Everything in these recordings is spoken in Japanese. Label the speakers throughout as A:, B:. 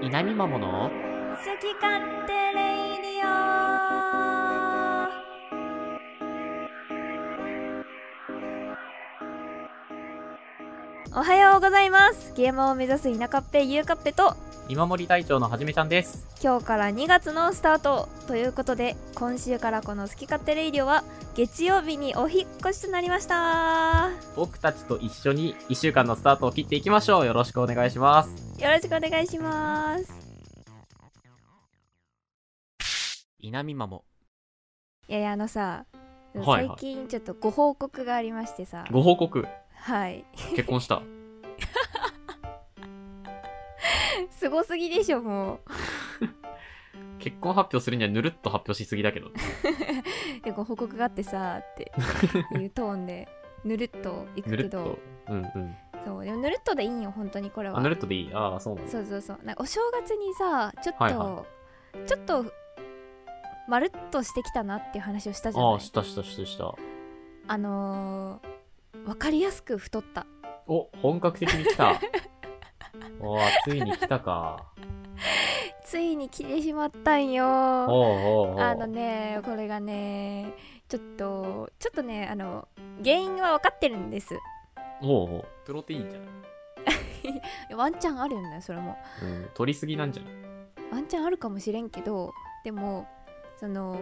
A: 稲見まもの
B: 好き勝手レイディオおはようございますゲーマーを目指す田舎っぺゆうかっぺと
A: 見守り隊長のはじめちゃんです
B: 今日から2月のスタートということで今週からこの好き勝手レイディオは月曜日にお引っ越しとなりました
A: 僕たちと一緒に1週間のスタートを切っていきましょうよろしくお願いします
B: よろしくお願いします
A: 稲見まも
B: いやいやあのさ、
A: はいはい
B: 最近ちょっとご報告がありましてさ
A: ご報告
B: はい
A: 結婚した
B: すごすぎでしょもう
A: 結婚発表するにはぬるっと発表しすぎだ けど
B: でご報告があってさっていうトーンでぬるっと
A: ぬ
B: い
A: る
B: くけ
A: っ
B: ど
A: とうんうん
B: そうでもぬるっとでいいんよ本当にこれは
A: あぬるっとでいいああそうなんだ
B: そうそうそうなんかお正月にさちょっと、
A: はいは
B: ちょっとまるっとしてきたなっていう話をしたじゃ
A: あ
B: な
A: あ
B: い
A: したしたしたした
B: あのー、分かりやすく太った
A: お本格的に来 たおーついに来たか
B: ついに来てしまったんよ
A: おうおうおう
B: あのねこれがねちょっとちょっとねあの原因は分かってるんです
A: おうおうプロテインじゃない、
B: ワンチャンあるんだよそれも
A: うん、取りすぎなんじゃない
B: ワンチャンあるかもしれんけどでもその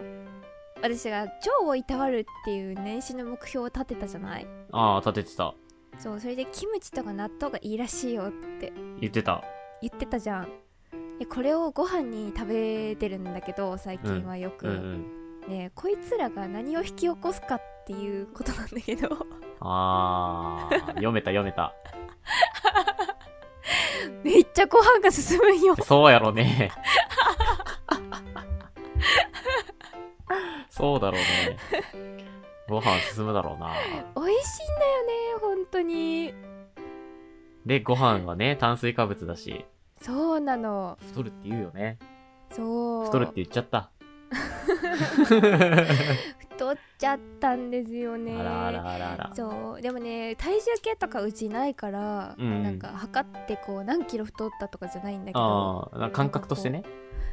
B: 私が腸をいたわるっていう年始の目標を立てたじゃない
A: ああ立ててた
B: そうそれでキムチとか納豆がいいらしいよって
A: 言ってた
B: 言ってたじゃんでこれをご飯に食べてるんだけど最近はよく、
A: うんうん
B: ねえこいつらが何を引き起こすかっていうことなんだけど
A: ああ読めた読めた
B: めっちゃご飯が進むん よ
A: そうやろね。そうだろうね。ご飯進むだろうな。
B: 美味しいんだよね本当に
A: で、ご飯はね、炭水化物だし、
B: そうなの
A: 太るって言うよね。
B: そう
A: 太るって言っちゃった。
B: 太っちゃったんですよね
A: あらあらあらあら。
B: そうでもね体重計とかうちないから、
A: うん
B: なんか測ってこう何キロ太ったとかじゃないんだけど
A: ああ、なんか感覚としてね。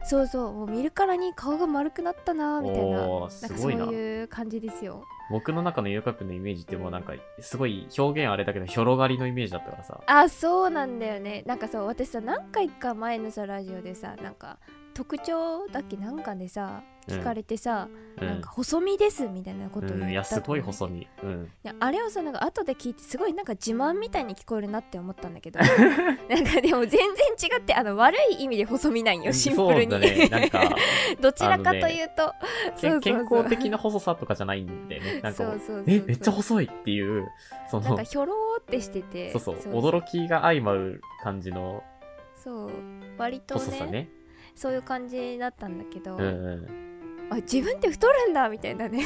B: そうそうもう見るからに顔が丸くなったなみたいななんか
A: おー、す
B: そ
A: ご
B: う
A: いな。
B: いう感じですよ
A: 僕の中のユーカップのイメージってもうなんか、すごい表現あれだけど、広がりのイメージだったからさ。
B: あそうなんだよねなんかそう私さ何回か前のさラジオでさなんか特徴だっけなんかでさ
A: うん
B: 聞かれてさ、
A: う
B: なん
A: ん
B: か。細身ですみたいなことを言った
A: うん、いや、すごい
B: と
A: 細
B: 思うんだ
A: 身。うん。
B: けどいやあれをさなんか後で聞いてすごいなんか自慢みたいに聞こえるなって思ったん だけどなんかでも全然違ってあの悪い意味で細身なんよシンプルに、
A: そうだね。なん か、
B: どちらかというと、
A: け
B: そうそうそう
A: 健康的な細さとかじゃないんでね。なんか
B: そ
A: もう
B: うそうそう
A: え、めっちゃ細いっていう、そ
B: なん
A: の
B: か、ひょろーってしてて
A: そうそう、驚きが相まう感じの
B: そう割と
A: 細
B: ね
A: さね。
B: そういう感じだったんだけど、
A: うんうん。
B: あ自分って太るんだみた いなね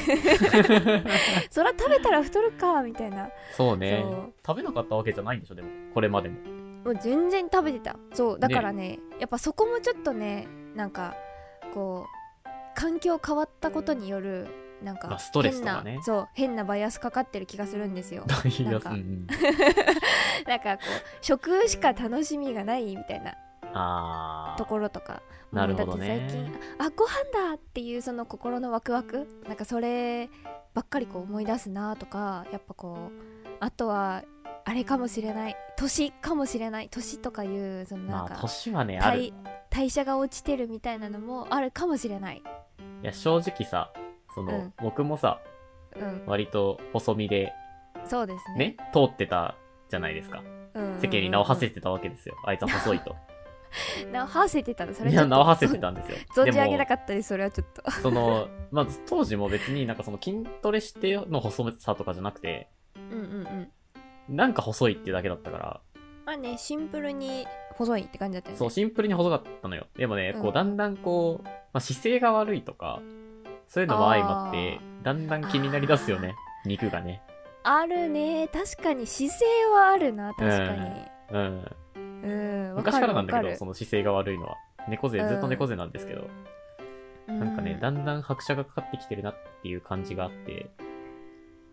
B: そら食べたら太るかみたいな
A: そうね
B: そう。
A: 食べなかったわけじゃないんでしょ、でも、これまでも。
B: もう全然食べてたそうだからねやっぱそこもちょっとねなんかこう環境変わったことによるなん
A: まあ
B: か
A: ストレスとかね
B: 変なそう変なバイアスかかってる気がするんで すよ
A: いや
B: なんか
A: うん
B: なんかこう食しか楽しみがないみたいな
A: うんあ
B: と
A: ー、
B: ころとか
A: なるほどね
B: もうだって最近あご飯だっていうその心のワクワクなんかそればっかりこう思い出すなとかやっぱこうあとはあれかもしれない年かもしれない年とかいうそのなん
A: まあ、
B: か
A: 年はね、ある。
B: 代
A: い
B: 代謝が落ちてるみたいなのもあるかもしれない
A: や、正直さ、その、
B: うん
A: 僕もさ、
B: うん
A: 割と細身で、
B: そうですね
A: ね、通ってたじゃないですか。世間に名を馳せてたわけですよ。あいつは細いと。
B: せ名を馳せてたのそれ
A: い
B: ちょ
A: や、
B: っと
A: 名を馳せてたんですよ。 で
B: 存存
A: も
B: じ上げなかったですそれはちょっと
A: その、まず当時も別になんかその筋トレしての細さとかじゃなくて、
B: うんうんうん
A: なんか細いってだけだったから、
B: まあねシンプルに細いって感じだったよね
A: そう、シンプルに細かったのよ。でもね、
B: うん
A: こう、だんだんこう、まあ、姿勢が悪いとか、そういうのも相まって
B: あ、
A: だんだん気になりだすよね。肉がね。
B: あるね確かに姿勢はあるな確かに
A: うん。
B: うんわ
A: 昔か
B: か
A: ら
B: る
A: な
B: わ
A: んだ
B: か
A: けど、
B: る
A: その姿勢が悪いのは。猫背、ずっと猫背なんですけど、なんかね、だ
B: うん
A: だん拍車がかかってきてるなっていう感じがあって、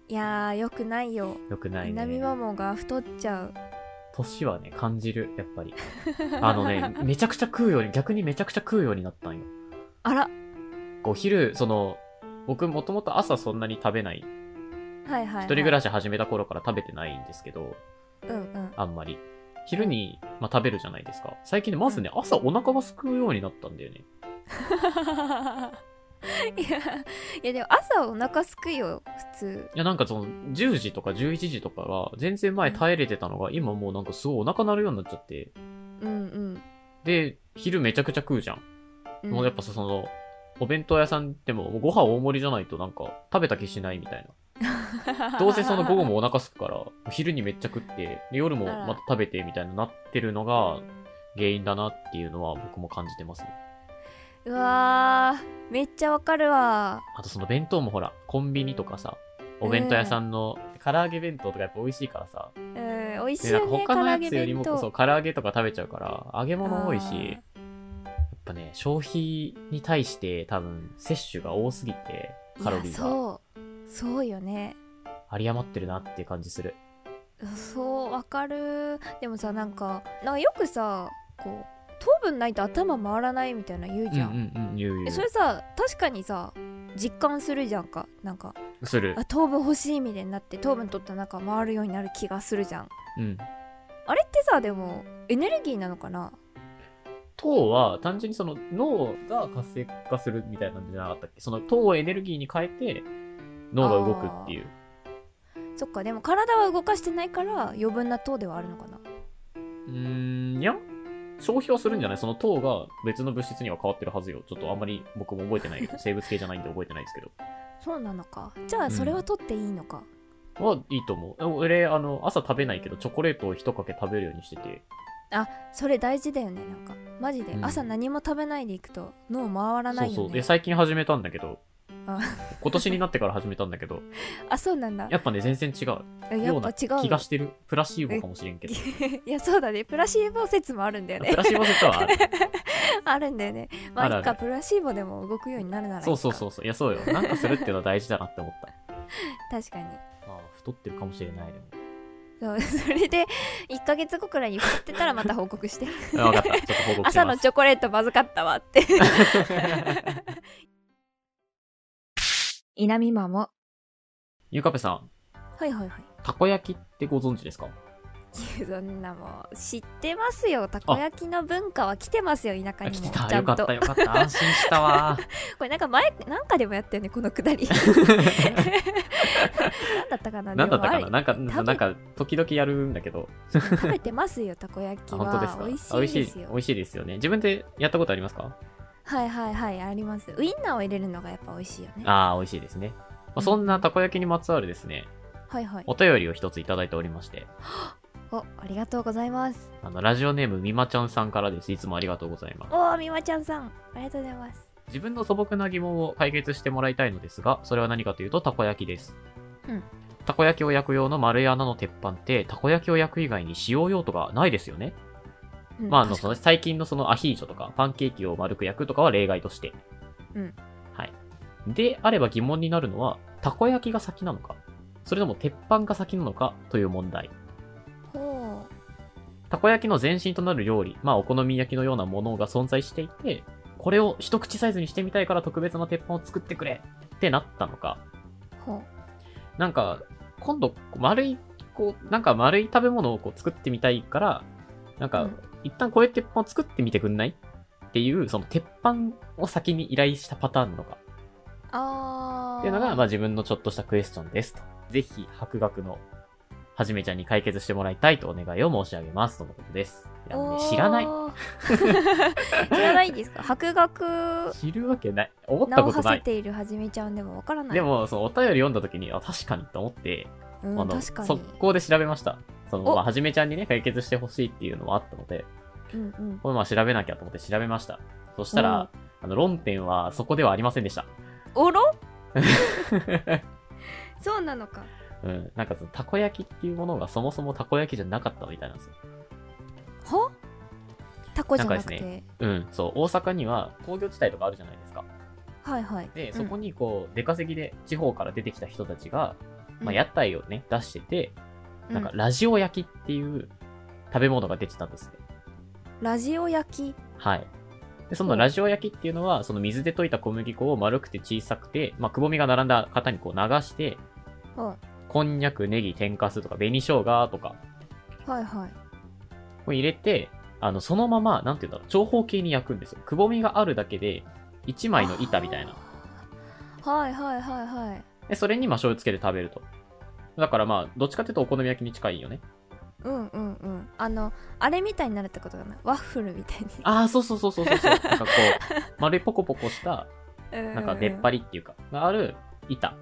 B: いやーよくないよ
A: よくないね。
B: 南マモが太っちゃう
A: 年はね、感じる、やっぱり。あのね、めちゃくちゃ食うように、逆にめちゃくちゃ食うようになったんよ。
B: あら
A: お昼、その、僕もともと朝そんなに食べない。
B: はいはい、はい、
A: 一人暮らし始めた頃から食べてないんですけど、
B: うんうん
A: あんまり。昼に、まあ、食べるじゃないですか。最近ね、まずね、朝お腹がすくうようになったんだよね。
B: いやいやでも朝お腹すくよ普通
A: いや、なんかその、10時とか11時とかは、全然前耐えれてたのが、今もうなんかすごいお腹鳴るようになっちゃって。
B: うん
A: で、昼めちゃくちゃ食うじゃん。
B: うん
A: もうやっぱさその、お弁当屋さんでも、もうご飯大盛りじゃないとなんか、食べた気しないみたいな。どうせその午後もお腹すくから、昼にめっちゃ食って、で夜も
B: あら
A: また食べてみたいななってるのが、原因だなっていうのは僕も感じてますね。
B: うわーめっちゃわかるわ
A: あとその弁当もほら、コンビニとかさ、お弁当屋さんの、唐揚げ弁当とかやっぱ美味しいからさ、
B: うん美味しい
A: でなん
B: よ
A: か他
B: ね
A: の
B: 唐揚
A: や
B: げ
A: つより
B: 弁
A: も
B: 当
A: そう唐揚げとか食べちゃうから揚げ物も多い
B: あー
A: しやっぱね消費に対して多分摂取が多すぎてカロリ
B: いや
A: ーが
B: そうそうよね
A: 有り余ってるなっていう感じする
B: そうわかるでもさなんかなんかよくさこう糖分ないと頭回らないみたいな言う
A: うん
B: じ
A: う
B: ゃん,、
A: んうん言う
B: え
A: 言
B: それさ確かにさ実感するじゃんかなんか
A: うする
B: あ糖分欲しいみたいになって糖分取ったらなんか回るようになる気がするじゃん
A: うん
B: あれってさでもエネルギーなのかな
A: 糖は単純にその脳が活性化するみたいなんじゃなかったっけその糖をエネルギーに変えて脳が動くっていう
B: そっかでも体は動かしてないから余分な糖ではあるのかな
A: うーんいや消費はするんじゃないその糖が別の物質には変わってるはずよちょっとあんまり僕も覚えてない けど生物系じゃないんで覚えてないですけど
B: そうなのかじゃあそれは取っていいのか、
A: はいいと思う。俺、あの、朝食べないけど、チョコレートを一かけ食べるようにしてて。
B: それ大事だよねなんかマジで
A: うん
B: 朝何も食べないでいくと脳回らないよね
A: そうそう。で、最近始めたんだけど
B: あ、
A: 今年になってから始めたんだけど、
B: あそうなんだ
A: やっぱね、全然違う。
B: えや
A: よう
B: っ
A: な
B: ぱ違
A: 気
B: うの
A: がしてる。プラシーボかもしれんけど。
B: いやそうだねプラシーボ説もあるんだ よね
A: プラシーボ説はある。
B: あるんだよねまあ
A: あるあ
B: い
A: る
B: っかプラシーボでも動くようになるならいいか
A: そうそうそうそう。いや、そうよ。なんかするっていうのは大事だなって思った。
B: 確かに
A: まあ、太ってるかもしれない で
B: そう それで1ヶ月後くらいに振ってたらまた報告して
A: も。わかった。ちょっと報告し
B: 朝
A: ま
B: の
A: す。
B: チョコレートまずかったわって稲見マも
A: ゆうかぺさん、
B: はいはいはい
A: たこ焼きってご存知ですか
B: いやそんなもう知ってますよたこ焼きの文化は来てますよ田舎
A: あ、
B: に
A: 来
B: も
A: てた。
B: ちゃ
A: よ
B: ん
A: かっ
B: と
A: た。よかった。安心した わ。
B: これなんか前なんかでもやったよねこのく だりなんだったかな
A: なんだったか
B: で
A: な
B: も
A: なんか、
B: 食べ
A: なんか、時々やるんだけど。
B: あれ食べてますよたこ焼き
A: あ本当です
B: は
A: か
B: 美味しいですよ
A: 美味しいですよね自分でやったことありますか
B: はいはいはいありますウインナーを入れるのがやっぱ美味しいよね
A: ああ美味しいですね、まあ、そんなたこ焼きにまつわるですね
B: はいはい
A: お便りを一ついただいておりまして
B: おありがとうございます
A: あのラジオネームみまちゃんさんからですいつもありがとうございます
B: おーみまちゃんさんありがとうございます
A: 自分の素朴な疑問を解決してもらいたいのですがそれは何かというとたこ焼きです、
B: うん
A: たこ焼きを焼く用の丸い穴の鉄板ってたこ焼きを焼く以外に使用用途がないですよね、
B: うん
A: まああの
B: 確か
A: その最近のそのアヒージョとかパンケーキを丸く焼くとかは例外として
B: うん
A: はいであれば疑問になるのはたこ焼きが先なのかそれとも鉄板が先なのかという問題
B: にほ
A: たこ焼きの前身となる料理、まあお好み焼きのようなものが存在していて、これを一口サイズにしてみたいから特別な鉄板を作ってくれってなったのか、
B: うほ
A: なんか、今度、丸い、こう、なんか丸い食べ物をこう作ってみたいから、なん
B: う
A: か
B: ん、
A: 一旦これ鉄板を作ってみてくんないっていう、その鉄板を先に依頼したパターンなのか、
B: あー
A: っていうのが、まあ自分のちょっとしたクエスチョンですと。ぜひ、博学のはじめちゃんに解決してもらいたいとお願いを申し上げます。とのことです。いやね
B: おー
A: 知らない。
B: 知らないんですか博学
A: 知るわけない。思っ
B: 名
A: た
B: を
A: ことな
B: 馳
A: い。
B: せているはじめちゃんでもわからない
A: でも、そのお便り読んだ時に、あ、確かにと思って、
B: うん
A: あの、
B: 確かに
A: 速攻で調べました。その、
B: お
A: まあ、はじめちゃんにね、解決してほしいっていうのもあったので、
B: うんうん
A: これまあ調べなきゃと思って調べました。そしたら、あの、論点はそこではありませんでした。
B: おろそうなのか
A: うん。なんかその、たこ焼きっていうものがそもそもたこ焼きじゃなかったみたいなんですよ。
B: はタコじゃなくて
A: なんかうん。そう、大阪には工業地帯とかあるじゃないですか。
B: はいはい
A: で、
B: う
A: そ
B: ん
A: こにこう、出稼ぎで地方から出てきた人たちが、
B: うん
A: まあ、屋台をね、出してて、なんか、ラジオ焼きっていう、食べ物ができたんですね。
B: ラジオ焼き
A: はい。で、そのラジオ焼きっていうのは、その水で溶いた小麦粉を丸くて小さくて、まあ、くぼみが並んだ型にこう流して、
B: は
A: こんにゃく、ネギ、天かすとか、紅生姜とか
B: いはいはい
A: を入れて、あの、そのまま、なんていうんだろう、長方形に焼くんですよ。くぼみがあるだけで、1枚の板みたいな。
B: あーはいはいはいはい
A: で、それにまあ醤油つけて食べると。だからまあ、どっちかっていうとお好み焼きに近いよね。
B: うんうんうんあのあれみたいになるってことかなワッフルみたいに
A: ああ、そうそうそうそうそう そう。なんかこう、丸いポコポコした、
B: な
A: なんか出っ張りっていうか、がある板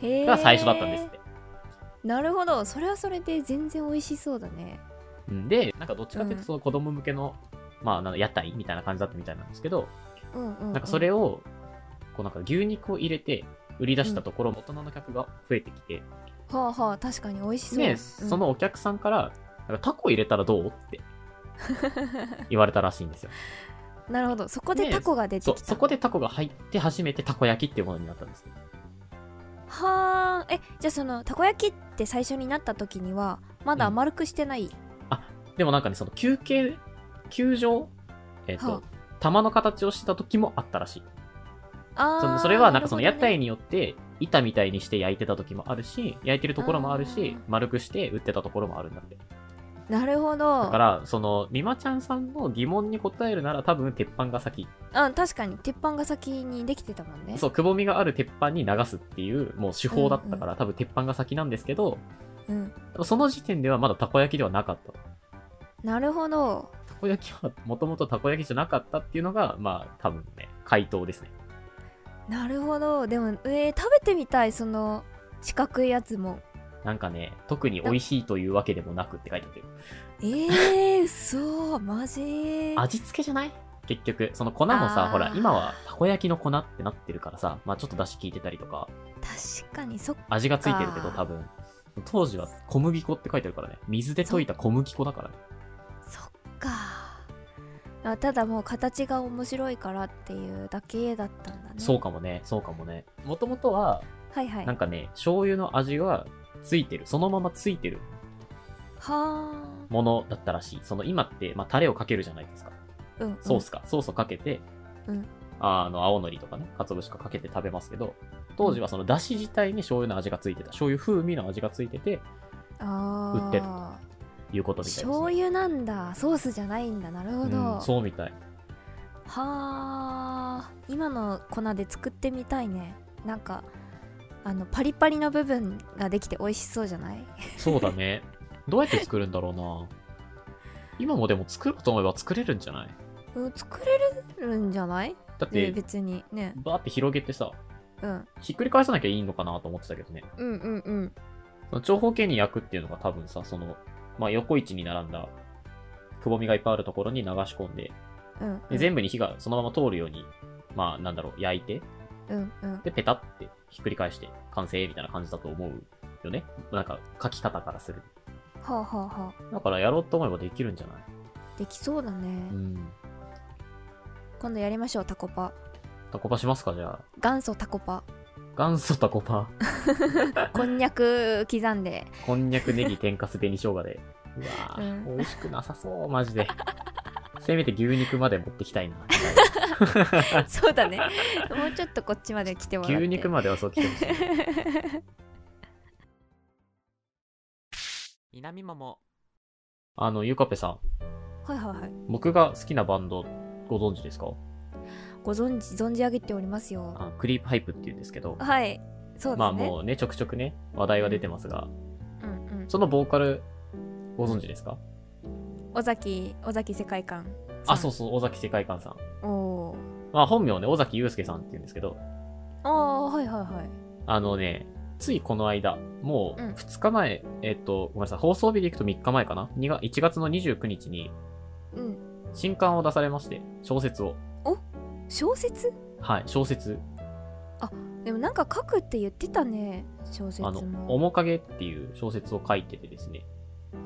B: り
A: が最初だったんですって。
B: なるほどそれはそれで全然美味しそうだね
A: うんで、なんかどっちかっていうとその子供向けの、まあ、なんだ屋台みたいな感じだったみたいなんですけど、
B: うんうん、うん、
A: なんかそれを、こうなんか牛肉を入れて売り出したところ、大人の客が増えてきて、
B: はあはあ確かに美味しそう
A: で、
B: うん
A: そのお客さんから、なんかタコ入れたらどう って言われたらしいんですよ。
B: なるほどそこで
A: ね
B: タコが出てきた、
A: そう、そこでタコが入って初めてたこ焼きっていうものになったんですね。
B: はあえじゃあそのたこ焼きって最初になった時にはまだ丸くしてない、
A: でもなんかね、その休憩、球場えっ、
B: は
A: と、玉の形をした時もあったらしい。
B: あー
A: そのそれはなんかその
B: る
A: 屋
B: ほどね
A: 台によって板みたいにして焼いてた時もあるし、焼いてるところもあるし
B: あー、
A: 丸くして売ってたところもあるんだって。
B: なるほど
A: だから、その、みまちゃんさんの疑問に答えるなら多分鉄板が先。
B: うん確かに鉄板が先にできてたもんね
A: そう、くぼみがある鉄板に流すっていう、もう手法だったから、多分鉄板が先なんですけど、
B: う、ん、
A: その時点ではまだたこ焼きではなかった。
B: なるほど
A: たこ焼きは もともとたこ焼きじゃなかったっていうのが、まあ、多分ね、回答ですね。
B: なるほどでもえー食べてみたいその四角いやつも
A: なんかね、特に美味しいというわけでもなくって書いてある。
B: えー、そうマジ
A: 味付けじゃない結局、その粉もさ
B: あ、ー
A: ほら、今はたこ焼きの粉ってなってるからさ、まあちょっと出汁効いてたりとか、
B: 確かにそっ
A: 味がついてるけど
B: あー
A: 多分、当時は小麦粉って書いてあるからね、水で溶いた小麦粉だからね。
B: そっかあただもう形が面白いからっていうだけだったんだね
A: そうかもね、そうかもね。もともとは、
B: はいはい
A: なんかね、醤油の味がついてる、そのままついてる
B: は
A: ものだったらしい。その今って、まあタレをかけるじゃないですか。
B: あ、うんうん、
A: ソースか、ソースをかけて、
B: うん
A: あの、青のりとかね、鰹節とかかけて食べますけど、当時はその出汁自体に醤油の味がついてた、醤油風味の味がついてて、
B: あー
A: 売ってるいうことみたいです、ね。
B: 醤油なんだソースじゃないんだなるほど、
A: うん、そうみたい。
B: はあ今の粉で作ってみたいねなんかあのパリパリの部分ができて美味しそうじゃない
A: そうだね。どうやって作るんだろうな。今もでも作ろうと思えば作れるんじゃない
B: うん作れるんじゃない
A: だっ
B: で
A: て、
B: 別にね、
A: バーって広げてさ、
B: うん、
A: ひっくり返さなきゃいいのかなと思ってたけどね。
B: うんうんうん
A: その長方形に焼くっていうのが多分さ、その、まあ、横位置に並んだ、くぼみがいっぱいあるところに流し込んで、
B: うん
A: で全部に火がそのまま通るように、まあなんだろう、焼いて、
B: うんうん
A: で、ペタってひっくり返して、完成みたいな感じだと思うよね。なんか、書き方からする。
B: はあはあは
A: だからやろうと思えばできるんじゃない
B: あできそうだね、
A: うん。
B: 今度やりましょうタコパ
A: タコパしますか、じゃあ。
B: 元祖タコパ
A: 元祖タコパ。
B: こんにゃく刻ん で
A: こんにゃく、ネギ、天かす、紅生姜で。うわぁ、
B: う
A: 美味しくなさそう、マジで。せめて牛肉まで持ってきたいな。
B: そうだねもうちょっとこっちまで来てもらって
A: 牛肉まではそう来てほしい。南もも。あの、ゆかぺさん、
B: はいはいはい
A: 僕が好きなバンド、ご存知ですか
B: ご存知存じ上げておりますよ
A: あクリープハイプって言うんですけど、
B: はいそうですね、
A: まあもうね、ちょくちょくね、話題は出てますが、
B: うんうん
A: そのボーカル、ご存知ですか
B: 尾崎尾崎世界観
A: あ、そううそう、尾崎世界観さん。
B: おー
A: まあ本名ね、尾崎祐介さんって言うんですけど、
B: あーはいはいはい
A: あのね、ついこの間、もう
B: うん
A: 2日前、えっと、ごめんなさい、放送日でいくと3日前かな ?2 が、1月の29日に
B: うん
A: 新刊を出されまして、小説を。
B: 小説
A: はい、小説。
B: でもなんか書くって言ってたね小説
A: あの、
B: も
A: 面影っていう小説を書いててですね、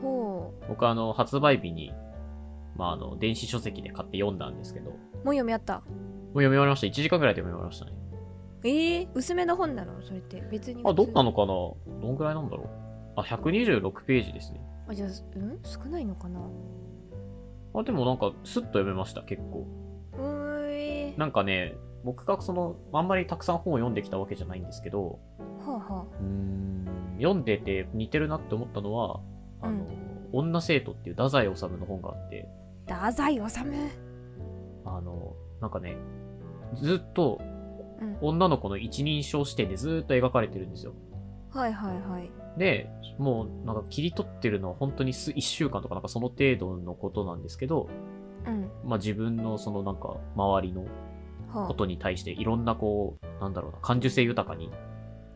B: ほう
A: 僕あの、発売日に、まああの、電子書籍で買って読んだんですけど、も
B: もう読み合った
A: う読み終わりました。1時間ぐらいで読み終わりましたね。
B: えー、薄めの本なのそれって別に
A: あ、どんなの
B: の
A: かなどんぐらいなんだろうあ、126ページですね。
B: あじゃあうん少ないのかな
A: あ、でもなんか、スッと読めました、結構。
B: うーいは
A: なんかね、僕がその、あんまりたくさん本を読んできたわけじゃないんですけど、
B: あは
A: うーん、読んでて似てるなって思ったのは、あの、女生徒っていう太宰治の本があって、
B: あ太宰治
A: あの、なんかね、ずっと
B: うん
A: 女の子の一人称視点でずっと描かれてるんですよ。
B: はいはいはい
A: で、もうなんか切り取ってるのは本当に1週間とかなんかその程度のことなんですけど、
B: うん
A: まあ自分のそのなんか周りの
B: は
A: ことに対していろんなこう、なんだろうな、感受性豊かに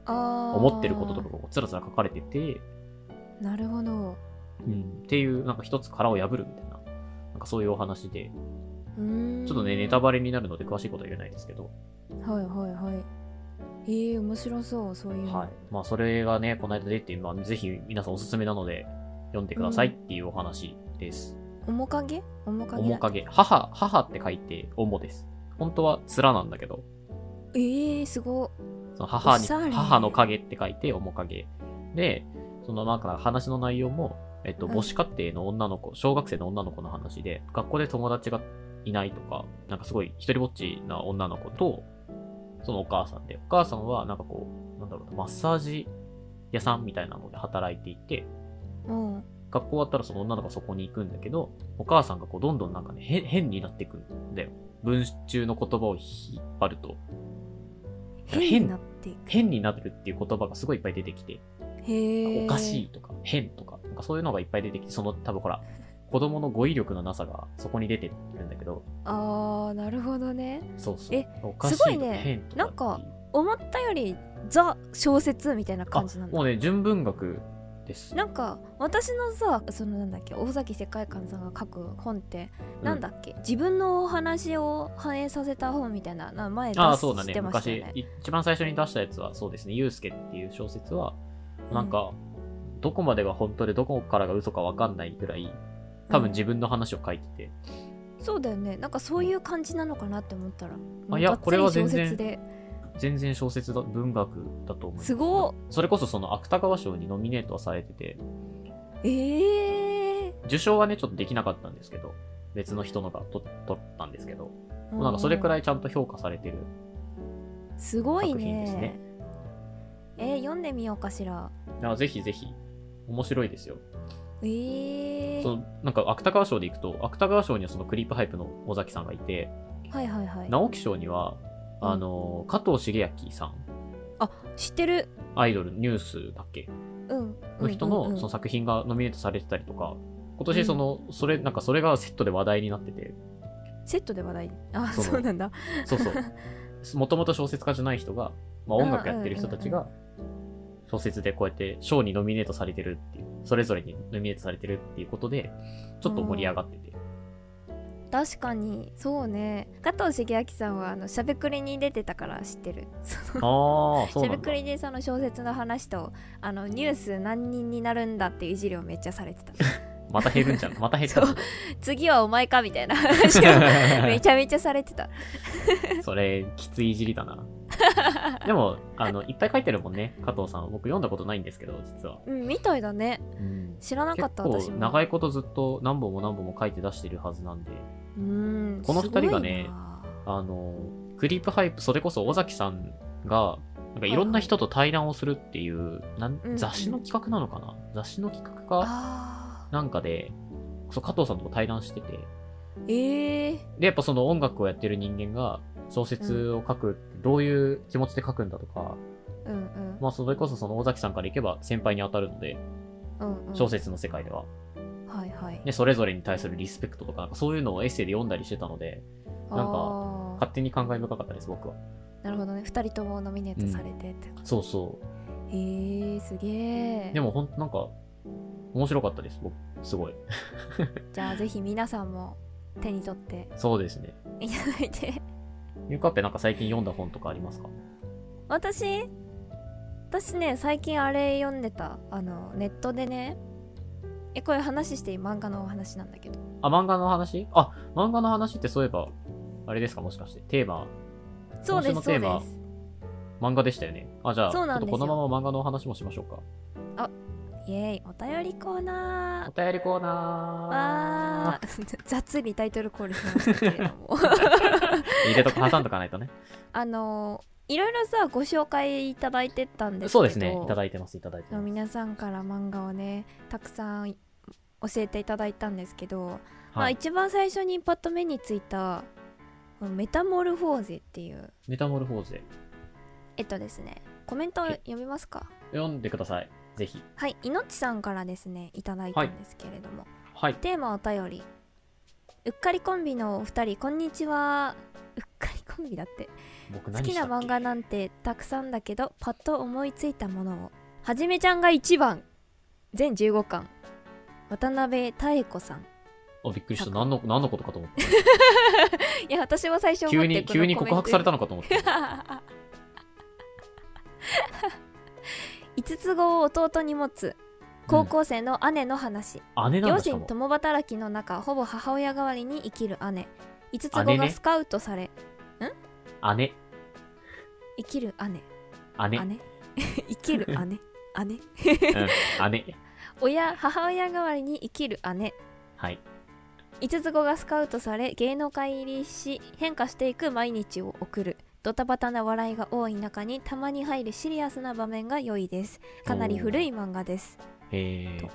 B: ああー
A: 思ってることとかをつらつら書かれてて、
B: なるほど
A: うん、っていうなんか一つ殻を破るみたいな、なんかそういうお話で、
B: うーん
A: ちょっとね、ネタバレになるので詳しいことは言えないですけど、
B: はいはいはいええー、面白そうそういうの
A: はい。まあ、それがね、この間出て、まあ、ぜひ皆さんおすすめなので、読んでくださいっていうお話です。
B: 面影面影
A: 面影。母、母って書いて、面です。本当は面なんだけど、
B: ええー、すごっ
A: その母に、
B: おしゃれ
A: 母の影って書いて、面影。で、そのなんか話の内容も、えっと、
B: うん
A: 母子家庭の女の子、小学生の女の子の話で、学校で友達がいないとか、なんかすごい一人ぼっちな女の子と、そのお母さんで、お母さんはなんかこう、なんだろうな、マッサージ屋さんみたいなので働いていて、
B: うん
A: 学校終わったらその女の子がそこに行くんだけど、お母さんがこうどんどんなんかね、変変になっていくんだよ。文中の言葉を引っ張ると。
B: 変になっていく
A: 変になるっていう言葉がすごいいっぱい出てきて、
B: へえ
A: おかしいとか、変とか、なんかそういうのがいっぱい出てきて、その多分ほら、子供の語彙力のなさがそこに出てるんだけど、
B: あーなるほどね
A: そうそう
B: え。
A: おかしい
B: すごい
A: とか
B: ね
A: 変とかっていう。
B: なんか思ったよりザ小説みたいな
A: あ
B: 感じなん、だ
A: もうね、純文学です。
B: なんか私のさそのなんだっけ大崎世界観さんが書く本って
A: う
B: なんだっけ、自分のお話を反映させた本みたいなな前出
A: ああ、そうだ
B: し
A: ね。
B: てました
A: 昔
B: よね、
A: 一番最初に出したやつは、そうですね、ゆうすけっていう小説は、なんか、どこまでが本当でどこからが嘘かわかんないぐらい、多分自分の話を書いてて、
B: そうだよねなんかそういう感じなのかなって思ったら
A: あいや
B: もうがっつり
A: これは全然
B: 小説で
A: 全然小説だ、文学だと思います。
B: すごっ
A: それこそその芥川賞にノミネートはされてて、
B: ええ
A: 受賞はね、ちょっとできなかったんですけど、別の人のがと取ったんですけど、なんかそれくら
B: い
A: いちゃんと評価されてる。
B: すごい
A: 作品ですね
B: ねえー、読んでみようかしら
A: だからぜひぜひ、面白いですよ。
B: ええ
A: そのなんか芥川賞でいくと、芥川賞にはそのクリープハイプの尾崎さんがいて、
B: はいはいはい
A: 直木賞には、
B: うん
A: あの、加藤茂明さん、
B: 知ってる
A: アイドル、ニュースだっけ
B: うん
A: の人
B: うんうん
A: の
B: うん
A: その作品がノミネートされてたりとか、今
B: う
A: 年
B: ん
A: その、それ、なんかそれがセットで話題になってて、
B: セットで話題あ
A: そ
B: そううなんだ
A: そう そう。もともと小説家じゃない人が、まあ音楽やってる人たち
B: うん
A: が、小説でこうやって賞にノミネートされてるっていう、それぞれにノミネートされてるっていうことで、ちょっと盛り上がってて。
B: 確かにそうね加藤茂明さんはあのしゃべくりに出てたから知ってるその
A: ああ、そ
B: し
A: う
B: ゃ
A: な
B: べ
A: ん
B: く
A: だ。
B: りでその小説の話とあのニュース何人になるんだっていういじりをめっちゃされてた
A: また減るんじゃん。また減った
B: そう次はお前かみたい な話をめちゃめちゃされてた
A: それ、きついいじりだな。でも、あの、いっぱい書いてるもんね、加藤さん。僕読んだことないんですけど、実は。
B: うんみたいだね
A: うん
B: 知らな
A: 結
B: かった私
A: 構
B: も
A: 長いことずっと何本も何本も書いて出してるはずなんで、
B: うん
A: この二人がね
B: すごいな
A: あの、クリープハイプ、それこそ尾崎さんが、なんかいろんな人と対談をするっていう、なん
B: うんうん
A: 雑誌の企画なのかな雑誌の企画か
B: あ
A: なんかで、そう、加藤さんとも対談してて、
B: ーええ
A: で、やっぱその音楽をやってる人間が、小説を書く、どういう気持ちで書くんだとか、
B: うん
A: まあ、それこそその尾崎さんから行けば先輩に当たるので、
B: うんうんうん
A: 小説の世界では。
B: はいはい
A: で、それぞれに対するリスペクトとか、なんかそういうのをエッセイで読んだりしてたので、なんか
B: あー
A: 勝手に感慨深かったです、僕は。
B: なるほどね2人ともノミネートされてって、
A: そうそ
B: へえすげえ
A: う。でもほんとなんか、面白かったです、僕。すごい。
B: じゃあぜひ皆さんも手に取って
A: そうですね。
B: いただいて
A: ゆかっぺなんか最近読んだ本とかありますか
B: 私私ね最近あれ読んでたあのネットでねえこれ話していい漫画のお話なんだけど
A: あ、漫画の話あ、漫画の話ってそういえば、あれですかもしかして。テーマ、
B: そうです
A: 今
B: そ
A: 週のテー
B: う
A: マ
B: です
A: 漫画でしたよね。あ、じゃあ、ち
B: そう
A: ょ
B: な
A: っ
B: んで
A: と
B: す
A: こ
B: よ
A: のまま漫画のお話もしましょうか。
B: イエーイお便りコーナ
A: お便りコー
B: ーわ
A: ナ
B: ー 雑にタイトルコールしましたけれど も
A: ー入れとこ挟んとかない とね。
B: あのいろいろさご紹介いただいてたんですけど
A: そうですね。いただいてます、いただいてます。
B: 皆さんから漫画をねたくさん教えていただいたんですけど、まあ、
A: はい。
B: 一番最初にパッと目についた「メタモルフォーゼ」っていう
A: メタモルフォーゼ。
B: えっとですねコメントを
A: え
B: 読みますか
A: 読んでください。ぜひ。
B: はいいのちさんからですねいただいたんですけれども、
A: はい。
B: テーマお便りうっかりコンビのお二人こんにちはうっかりコンビだって
A: 僕
B: 好
A: 何
B: き
A: した
B: な
A: っけ
B: 漫画なんてたくさんだけどパッと思いついたものをはじめちゃんが1番全15巻渡辺妙子さん
A: あ、びっくりした。何の、何のことかと思って。
B: いや私も最初思
A: 急
B: って
A: に、急に告白された
B: の
A: のかと思って。
B: 5つ子を弟に持つ高校生の姉の話、
A: 姉なん
B: 両
A: だしか
B: 親
A: も。
B: 共働きの中ほぼ母親代わりに生きる姉5つ
A: 姉
B: 子が
A: ね
B: スカウトされ、
A: 姉。
B: 生きる姉
A: 姉。
B: 姉 生きる姉姉
A: うん姉。
B: 親母親代わりに生きる姉
A: はい。
B: 5つ子がスカウトされ芸能界入りし変化していく毎日を送るドタバタな笑いが多い中にたまに入るシリアスな場面が良いですかなり古い漫画です
A: えー。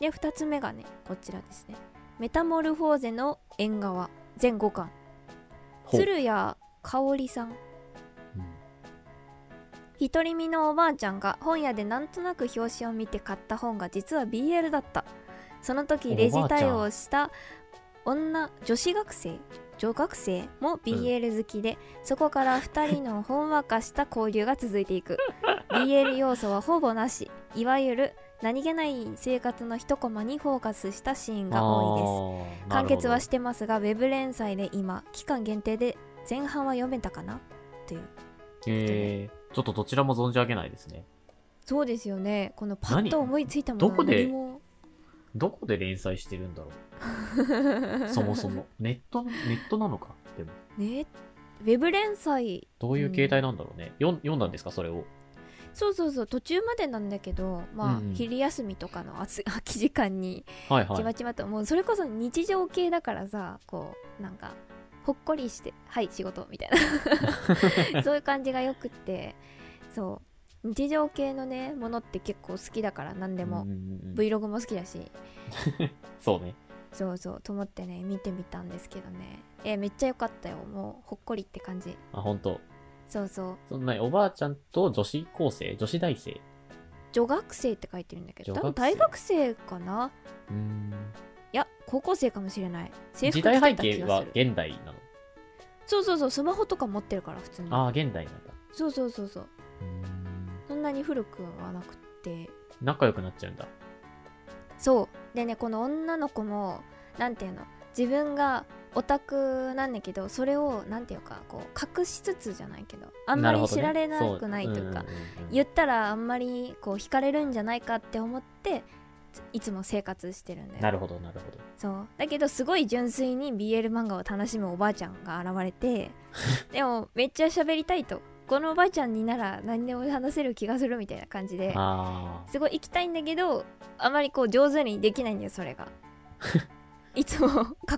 B: で2つ目がねこちらですね「メタモルフォーゼの縁側」全5巻
A: ほう
B: 鶴谷香織さん
A: うん
B: 独り身のおばあちゃんが本屋でなんとなく表紙を見て買った本が実は BL だったその時レジ対応した女女子学生女学生も BL 好きで、そこから2人のほんわかした交流が続いて いく BL 要素はほぼなしいわゆる何気ない生活の一コマにフォーカスしたシーンが多いです
A: あーなる
B: 完
A: ほど
B: 結はしてますがウェブ連載で今期間限定で前半は読めたかなという
A: えー、ちょっとどちらも存じ上げないですね。
B: そうですよねこのパッ
A: 何
B: と思いついたもの
A: どこで
B: 何も
A: どこで連載してるんだろ う。そもそも。ネット、ネットなのか。でも、
B: ねウェブ連載
A: どういう形態なんだろうね。読ん、読んだんですか、それを。
B: そうそうそう途中までなんだけどまあ、
A: うんうん
B: 昼休みとかのあつ 空き時間に
A: はい
B: ち
A: は
B: ま
A: い。
B: ちまと、もうそれこそ日常系だからさこうなんかほっこりしてはい仕事みたいな そういう感じがよくってそう日常系のねものって結構好きだから何でも
A: うん、うんうん
B: Vlog も好きだし
A: そうね。
B: そうそうと思ってね見てみたんですけどねえめっちゃ良かったよもうほっこりって感じ
A: あ、本当。
B: そうそう
A: そんなにおばあちゃんと女子高生、女子大生。
B: 女学生って書いてるんだけど
A: 女
B: 多
A: 学生
B: 分大学生かな
A: うーん。
B: いや高校生かもしれない制服
A: 時
B: 着て
A: 代
B: た
A: 背
B: 気
A: 景
B: が
A: は
B: する
A: 現代なの。
B: そうそうそうスマホとか持ってるから普通に
A: ああ、現代なんだ。
B: そうそうそうそう
A: うーん
B: そんなに古くはなくって
A: 仲良くなっちゃうんだ。
B: そうでねこの女の子もなんていうの自分がオタクなんだけどそれをなんていうかこう隠しつつじゃないけどあんま
A: る
B: り
A: ほど
B: 知
A: ね
B: られなくないというか。
A: そううんうんうん
B: 言ったらあんまりこう惹かれるんじゃないかって思っていつも生活してるんだよ
A: なるほど、なるほど。
B: そうだけどすごい純粋に BL 漫画を楽しむおばあちゃんが現 れてでもめっちゃ喋りたいとこのおばあちゃんになら何でも話せる気がするみたいな感じで
A: あ
B: すごい行きたいんだけどあまりこう上手にできないんだよそ れがいつも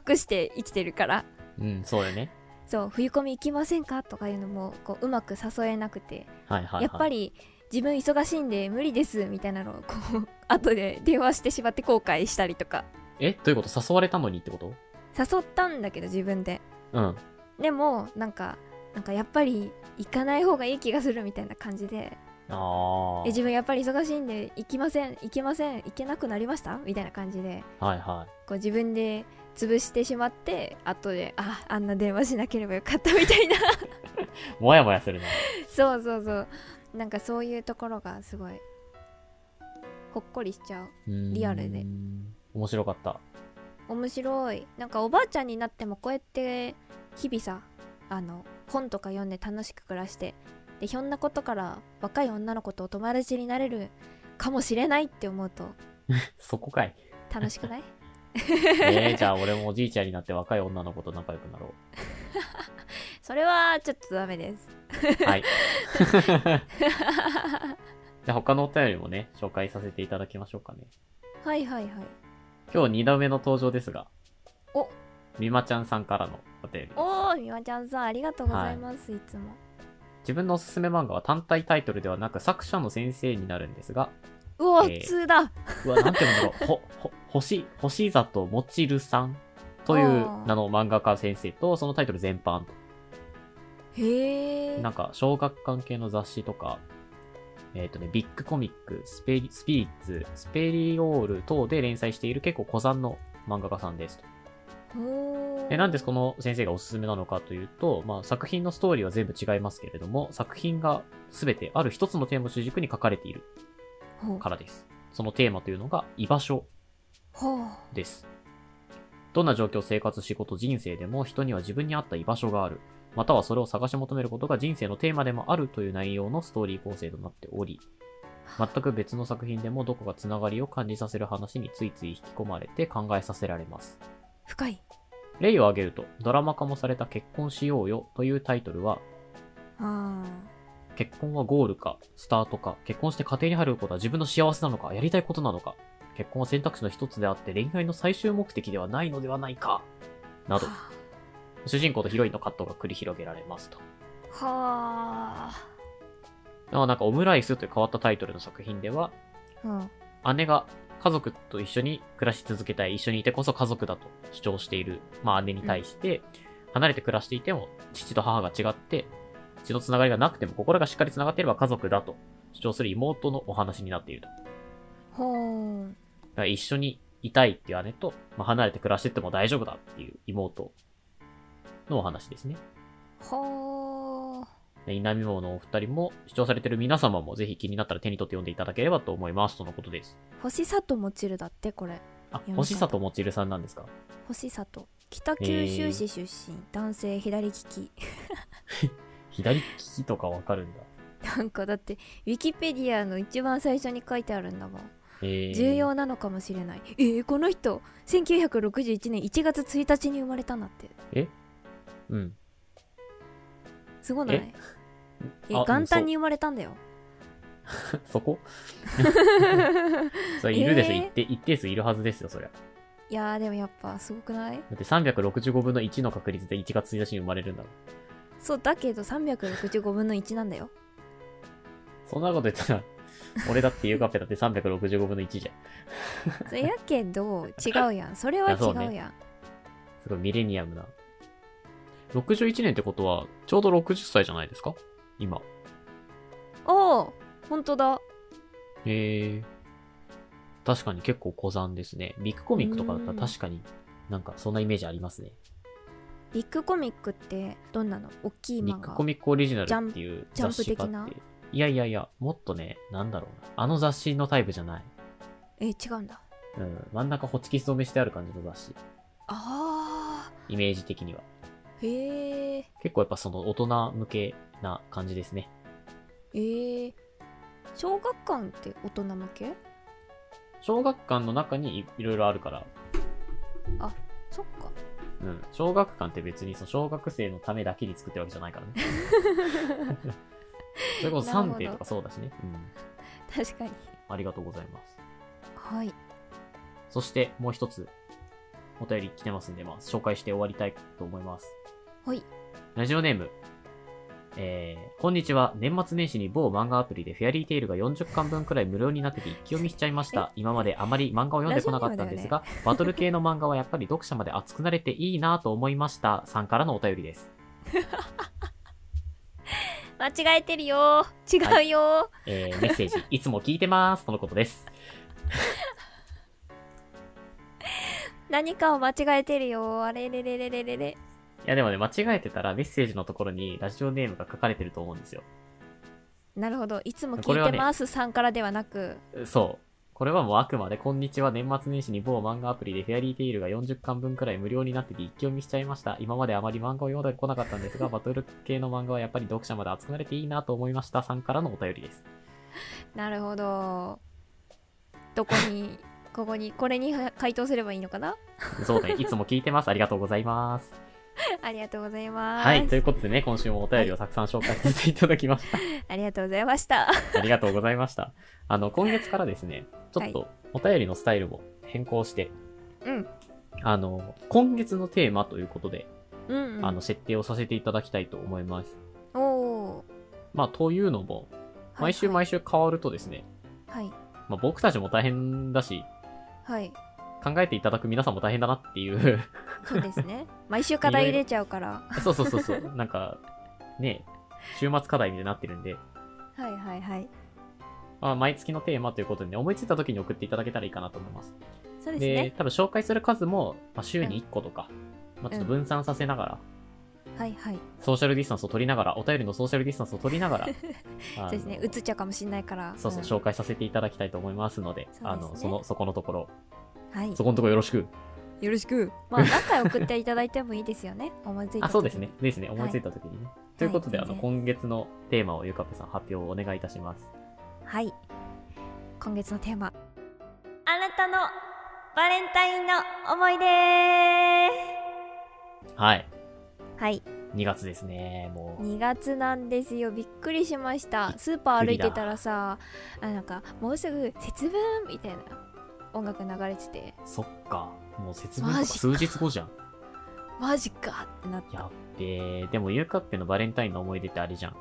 B: 隠して生きてるから
A: あ。うん、そうよね。
B: そう冬コミ行きませんかとかいうのもこううまく誘えなくて
A: はいはい、はい。
B: やっぱ。り自分忙しいんで無理ですみたいなのをこう後で電話してしまって後悔したりとか
A: え、どういうこと誘われたのにってこと
B: 誘ったんだけど自分で
A: うん。
B: でもなんかなんかやっぱり行かない方がいい気がするみたいな感じで
A: あ
B: え自分やっぱり忙しいんで行きません行けません行けなくなりましたみたいな感じで
A: あ。はいは
B: こう自分で潰してしまって後でああんな電話しなければよかったみ たいな
A: い。もやもやするな。
B: そうそうそうなんかそういうところがすごいほっこりしちゃ
A: う
B: う
A: ーん
B: リアルで。
A: 面白かった。
B: 面白いなんかおばあちゃんになってもこうやって日々さあの本とか読んで楽しく暮らしてでひょんなことから若い女の子とお友達になれるかもしれないって思うと
A: そこかい。
B: 楽し くない
A: えー、じゃあ俺もおじいちゃんになって若い女の子と仲良くなろ
B: それはちょっとダメです
A: う。はい。じゃあ他のお便りもね、紹介させていただきましょうかね。
B: はいはいはい
A: 今日2度目の登場ですが、
B: お
A: みまちゃんさんからのお便りです。
B: おーみわちゃんさんありがとうございます、い、つも
A: 自分のおすすめ漫画は単体タイトルではなく作者の先生になるんですが、
B: うお
A: えー
B: ー普通だ
A: うわ、なんて読むんだろう。 ほ、ほ、星、星里もちるさんという
B: あー
A: 名の漫画家先生と、そのタイトル全般と。
B: へえ
A: なんか、小学館系の雑誌とか、えっ、とね、ビッグコミック、スペリ、スピリッツ、スペリオール等で連載している結構古参の漫画家さんですと。
B: お
A: で、なんでこ
B: の
A: の先生がおすすめなのかというと、まあ、作品のストーリーは全部違いますけれども、作品が全てある一つのテーマを主軸に書かれている
B: ほう
A: からです。そのテーマというのが、居場所
B: ほう
A: です。どんな状況、生活、仕事、人生でも人には自分に合った居場所がある。またはそれを探し求めることが人生のテーマでもあるという内容のストーリー構成となっており、全く別の作品でもどこかつながりを感じさせる話についつい引き込まれて考えさせられます。
B: 深い
A: 例を挙げると、ドラマ化もされた結婚しようよというタイトルは、
B: あ
A: 結婚はゴールか、スタートか、結婚して家庭に入ることは自分の幸せなのか、やりたいことなのか、結婚は選択肢の一つであって恋愛の最終目的ではないのではないか、など
B: は、
A: 主人公とヒロインの葛藤が繰り広げられますと。
B: あはあ
A: まあなんかオムライスという変わったタイトルの作品では、
B: うん
A: 姉が家族と一緒に暮らし続けたい、一緒にいてこそ家族だと主張している、まあ姉に対して、離れて暮らしていても父と母が違って、血のつながりがなくても心がしっかりつながっていれば家族だと主張する妹のお話になっていると。だ
B: ほう
A: から一緒にいたいっていう姉と、まあ、離れて暮らしてっても大丈夫だっていう妹のお話ですね。
B: ほう
A: で稲見桃のお二人も、視聴されてる皆様もぜひ気になったら手に取って読んでいただければと思います。とのことです。
B: 星里もちるだってこれ
A: あ
B: 読み、方
A: 星里もちるさんなんですか
B: 星里北九州市出身、男性左利き
A: 左利きとかわかるんだ。
B: なんかだってウィキペディアの一番最初に書いてあるんだもん
A: えー、
B: 重要なのかもしれないえー、この人1961年1月1日に生まれたんだって
A: うん。
B: すごないえ
A: あ
B: 元旦に生まれたんだよ
A: そこそれいるでしょ、
B: えー
A: 一定一定数いるはずですよ、そりゃ。
B: いやーでもやっぱすごくない
A: だって365分の1の確率で1月1日に生まれるんだろ。
B: そうだけど365分の1なんだよ
A: そんなこと言ったら、俺だってゆかぺだって365分の1じゃん。
B: それやけど違うやんそ れは違
A: あそう
B: う
A: ね
B: やん
A: すごいミレニアムな。61年ってことは、ちょうど60歳じゃないですか今。
B: おお本当だ
A: へえ。確かに結構古参ですね。ビッグコミックとかだった
B: うん
A: ら確かになんかそんなイメージありますね。
B: ビッグコミックってどんなの大きい
A: ビ
B: 漫
A: ッグ
B: 画
A: コミックオリジナルっていう
B: ジャン
A: 雑誌
B: ジャンプ
A: が
B: 的な
A: あって。いやいやいや、もっとね、なんだろうな。あの雑誌のタイプじゃない。
B: えー違うんだ
A: うん。真ん中ホチキス染めしてある感じの雑誌。
B: あ
A: イメージ的には。
B: ーへえ
A: 結構やっぱその大人向けな感じですね。
B: えー、小学館って大人向け
A: 小学館の中にいいろいろあるから、
B: そっか
A: うん。小学館って別にその小学生のためだけに作ってるわけじゃないからね。それこそ3定とかそうだしね。うん。
B: 確かに
A: ありがとうございます。
B: はい
A: そして、もう一つ、お便り来てますんで、まあ、紹介して終わりたいと思います。
B: はい
A: ラジオネーム、えー、こんにちは。年末年始に某漫画アプリでフェアリーテイルが40巻分くらい無料になってて一気読みしちゃいました。今まであまり漫画を読んでこなかったんですが、バトル系の漫画はやっぱり読者まで熱くなれていいなと思いました。さんからのお便りです。
B: 間違えてるよー
A: は
B: 違うよー、
A: えー、メッセージ、いつも聞いてます。とのことです。
B: 何かを間違えてるよーあれれれれれれれ
A: いやでもね、間違えてたらメッセージのところにラジオネームが書かれてると思うんですよ。
B: なるほどいつも
A: これ
B: 聞
A: はいね
B: てます、さんからではなく
A: そう。これはもうあくまで、こんにちは、年末年始に某漫画アプリでフェアリーテイルが40巻分くらい無料になってて一気読みしちゃいました。今まであまり漫画を読んでこなかったんですが、バ トル系の漫画はやっぱり読者まで熱くなれていいなと思いました。さんからのお便りです。
B: なるほどどこに ここにこれに回答すればいいのかな
A: そうね、いつも聞いてます。ありがとうございます。
B: ありがとうございます。
A: はい。ということでね、今週もお便りをたくさん紹介させていただきました。
B: ありがとうございました。
A: ありがとうございました。あの、今月からですね、ちょっとお便りのスタイルも変更して、
B: うん。
A: あの、今月のテーマということで、
B: うん、うん。
A: あの、設定をさせていただきたいと思います。
B: おー。
A: まあ、というのも、毎週毎
B: 週。
A: 週変わるとですね、
B: はい。
A: まあ、僕たちも大変だし、
B: はい。
A: 考えていただく皆さんも大変だなって いう、
B: そうです ね。毎週課題入れちゃうから。
A: そうそうそうそう、なんか、ね、週末課題みたいになってるんで、
B: はいはいはい。
A: まあ、毎月のテーマということでね、思いついた時に送っていただけたらいいかなと思います。
B: そう
A: で
B: ですね。
A: 多分紹介する数も、まあ、週に1個とか、まあ、ちょっと分散させながら、
B: はいはい。
A: ソーシャルディスタンスを取りながら、お便りのソーシャルディスタンスを取りながら、あ
B: そ
A: の
B: うですね。映っちゃうかもしれないから。
A: そうそう、
B: ん
A: 紹介させていただきたいと思いますので、
B: すね
A: あの、その、そこのところ、
B: はい。
A: そこのところよろしく。
B: よろしく。まあ、何回送っていただいてもいいですよ ね。思いついた
A: あ、
B: 時に
A: そうですね。。ですね。思いついた時にね。ということで、
B: は
A: あ
B: い
A: の、
B: 全然
A: 今月のテーマをゆかぺさん発表をお願いいたします。
B: はい。今月のテーマ。あなたのバレンタインの思い出
A: はい。
B: はい。
A: 2月ですね。もう。
B: 2月なんですよびっくりしましたスーパー歩いてたらさあなんかもうすぐ節分みたいな音楽流れてて
A: そっか。もう節分と
B: マ
A: か
B: ジか
A: 数日後じゃん。
B: マジかってなっ
A: や
B: た
A: っべー。でも、ゆかっぺのバレンタインの思い出ってあれじゃん。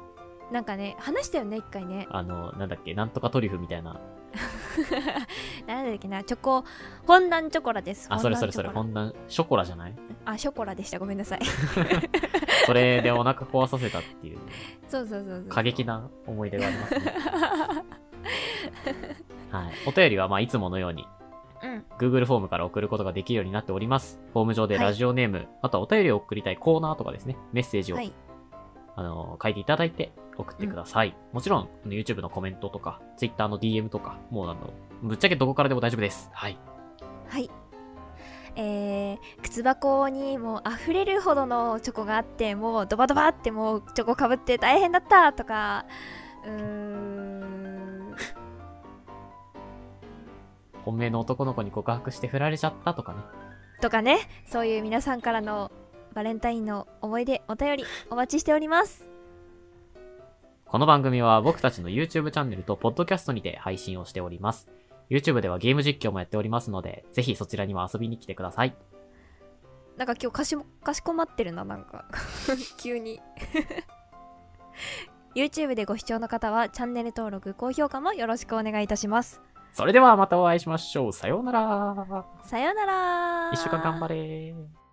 B: なんかね話したよね一回ね
A: あの、なんだっけ、なんとかトリュフみたいな。
B: なんだっけなチョコフォンダンチョコラです
A: あ、それそれそれ、
B: フォ
A: ほ
B: ン
A: んな、ショコラじゃない
B: ダンチョコラあショコラでしたごめんなさい
A: それでお腹壊させたっていう、
B: そうそうそうそう
A: 過激な思い出があります ね。はい。お便りは、まあ、いつものように、
B: うん、
A: Google フォームから送ることができるようになっております。フォーム上でラジオネーム、またお便りを送りたいコーナーとかですね、メッセージを、
B: はい
A: あの書いていただいて送ってください。もちろん、あの YouTube のコメントとか、Twitter の DM とか、もうあの、ぶっちゃけどこからでも大丈夫です。はい。
B: はいえー、靴箱にもう溢れるほどのチョコがあってもうドバドバってもうチョコかぶって大変だったとかうーん
A: 本命の男の子に告白して振られちゃったとかね。
B: とかねそういう皆さんからのバレンタインの思い出お便りお待ちしております
A: この番組は僕たちの YouTube チャンネルと Podcast にて配信をしております。YouTube ではゲーム実況もやっておりますので、ぜひそちらにも遊びに来てください。
B: なんか今日かしもかしこまってるななんか 急に YouTube でご視聴の方はチャンネル登録高評価もよろしくお願いいたします
A: それではまたお会いしましょう。さようなら。
B: さようなら
A: 一週間頑張れー。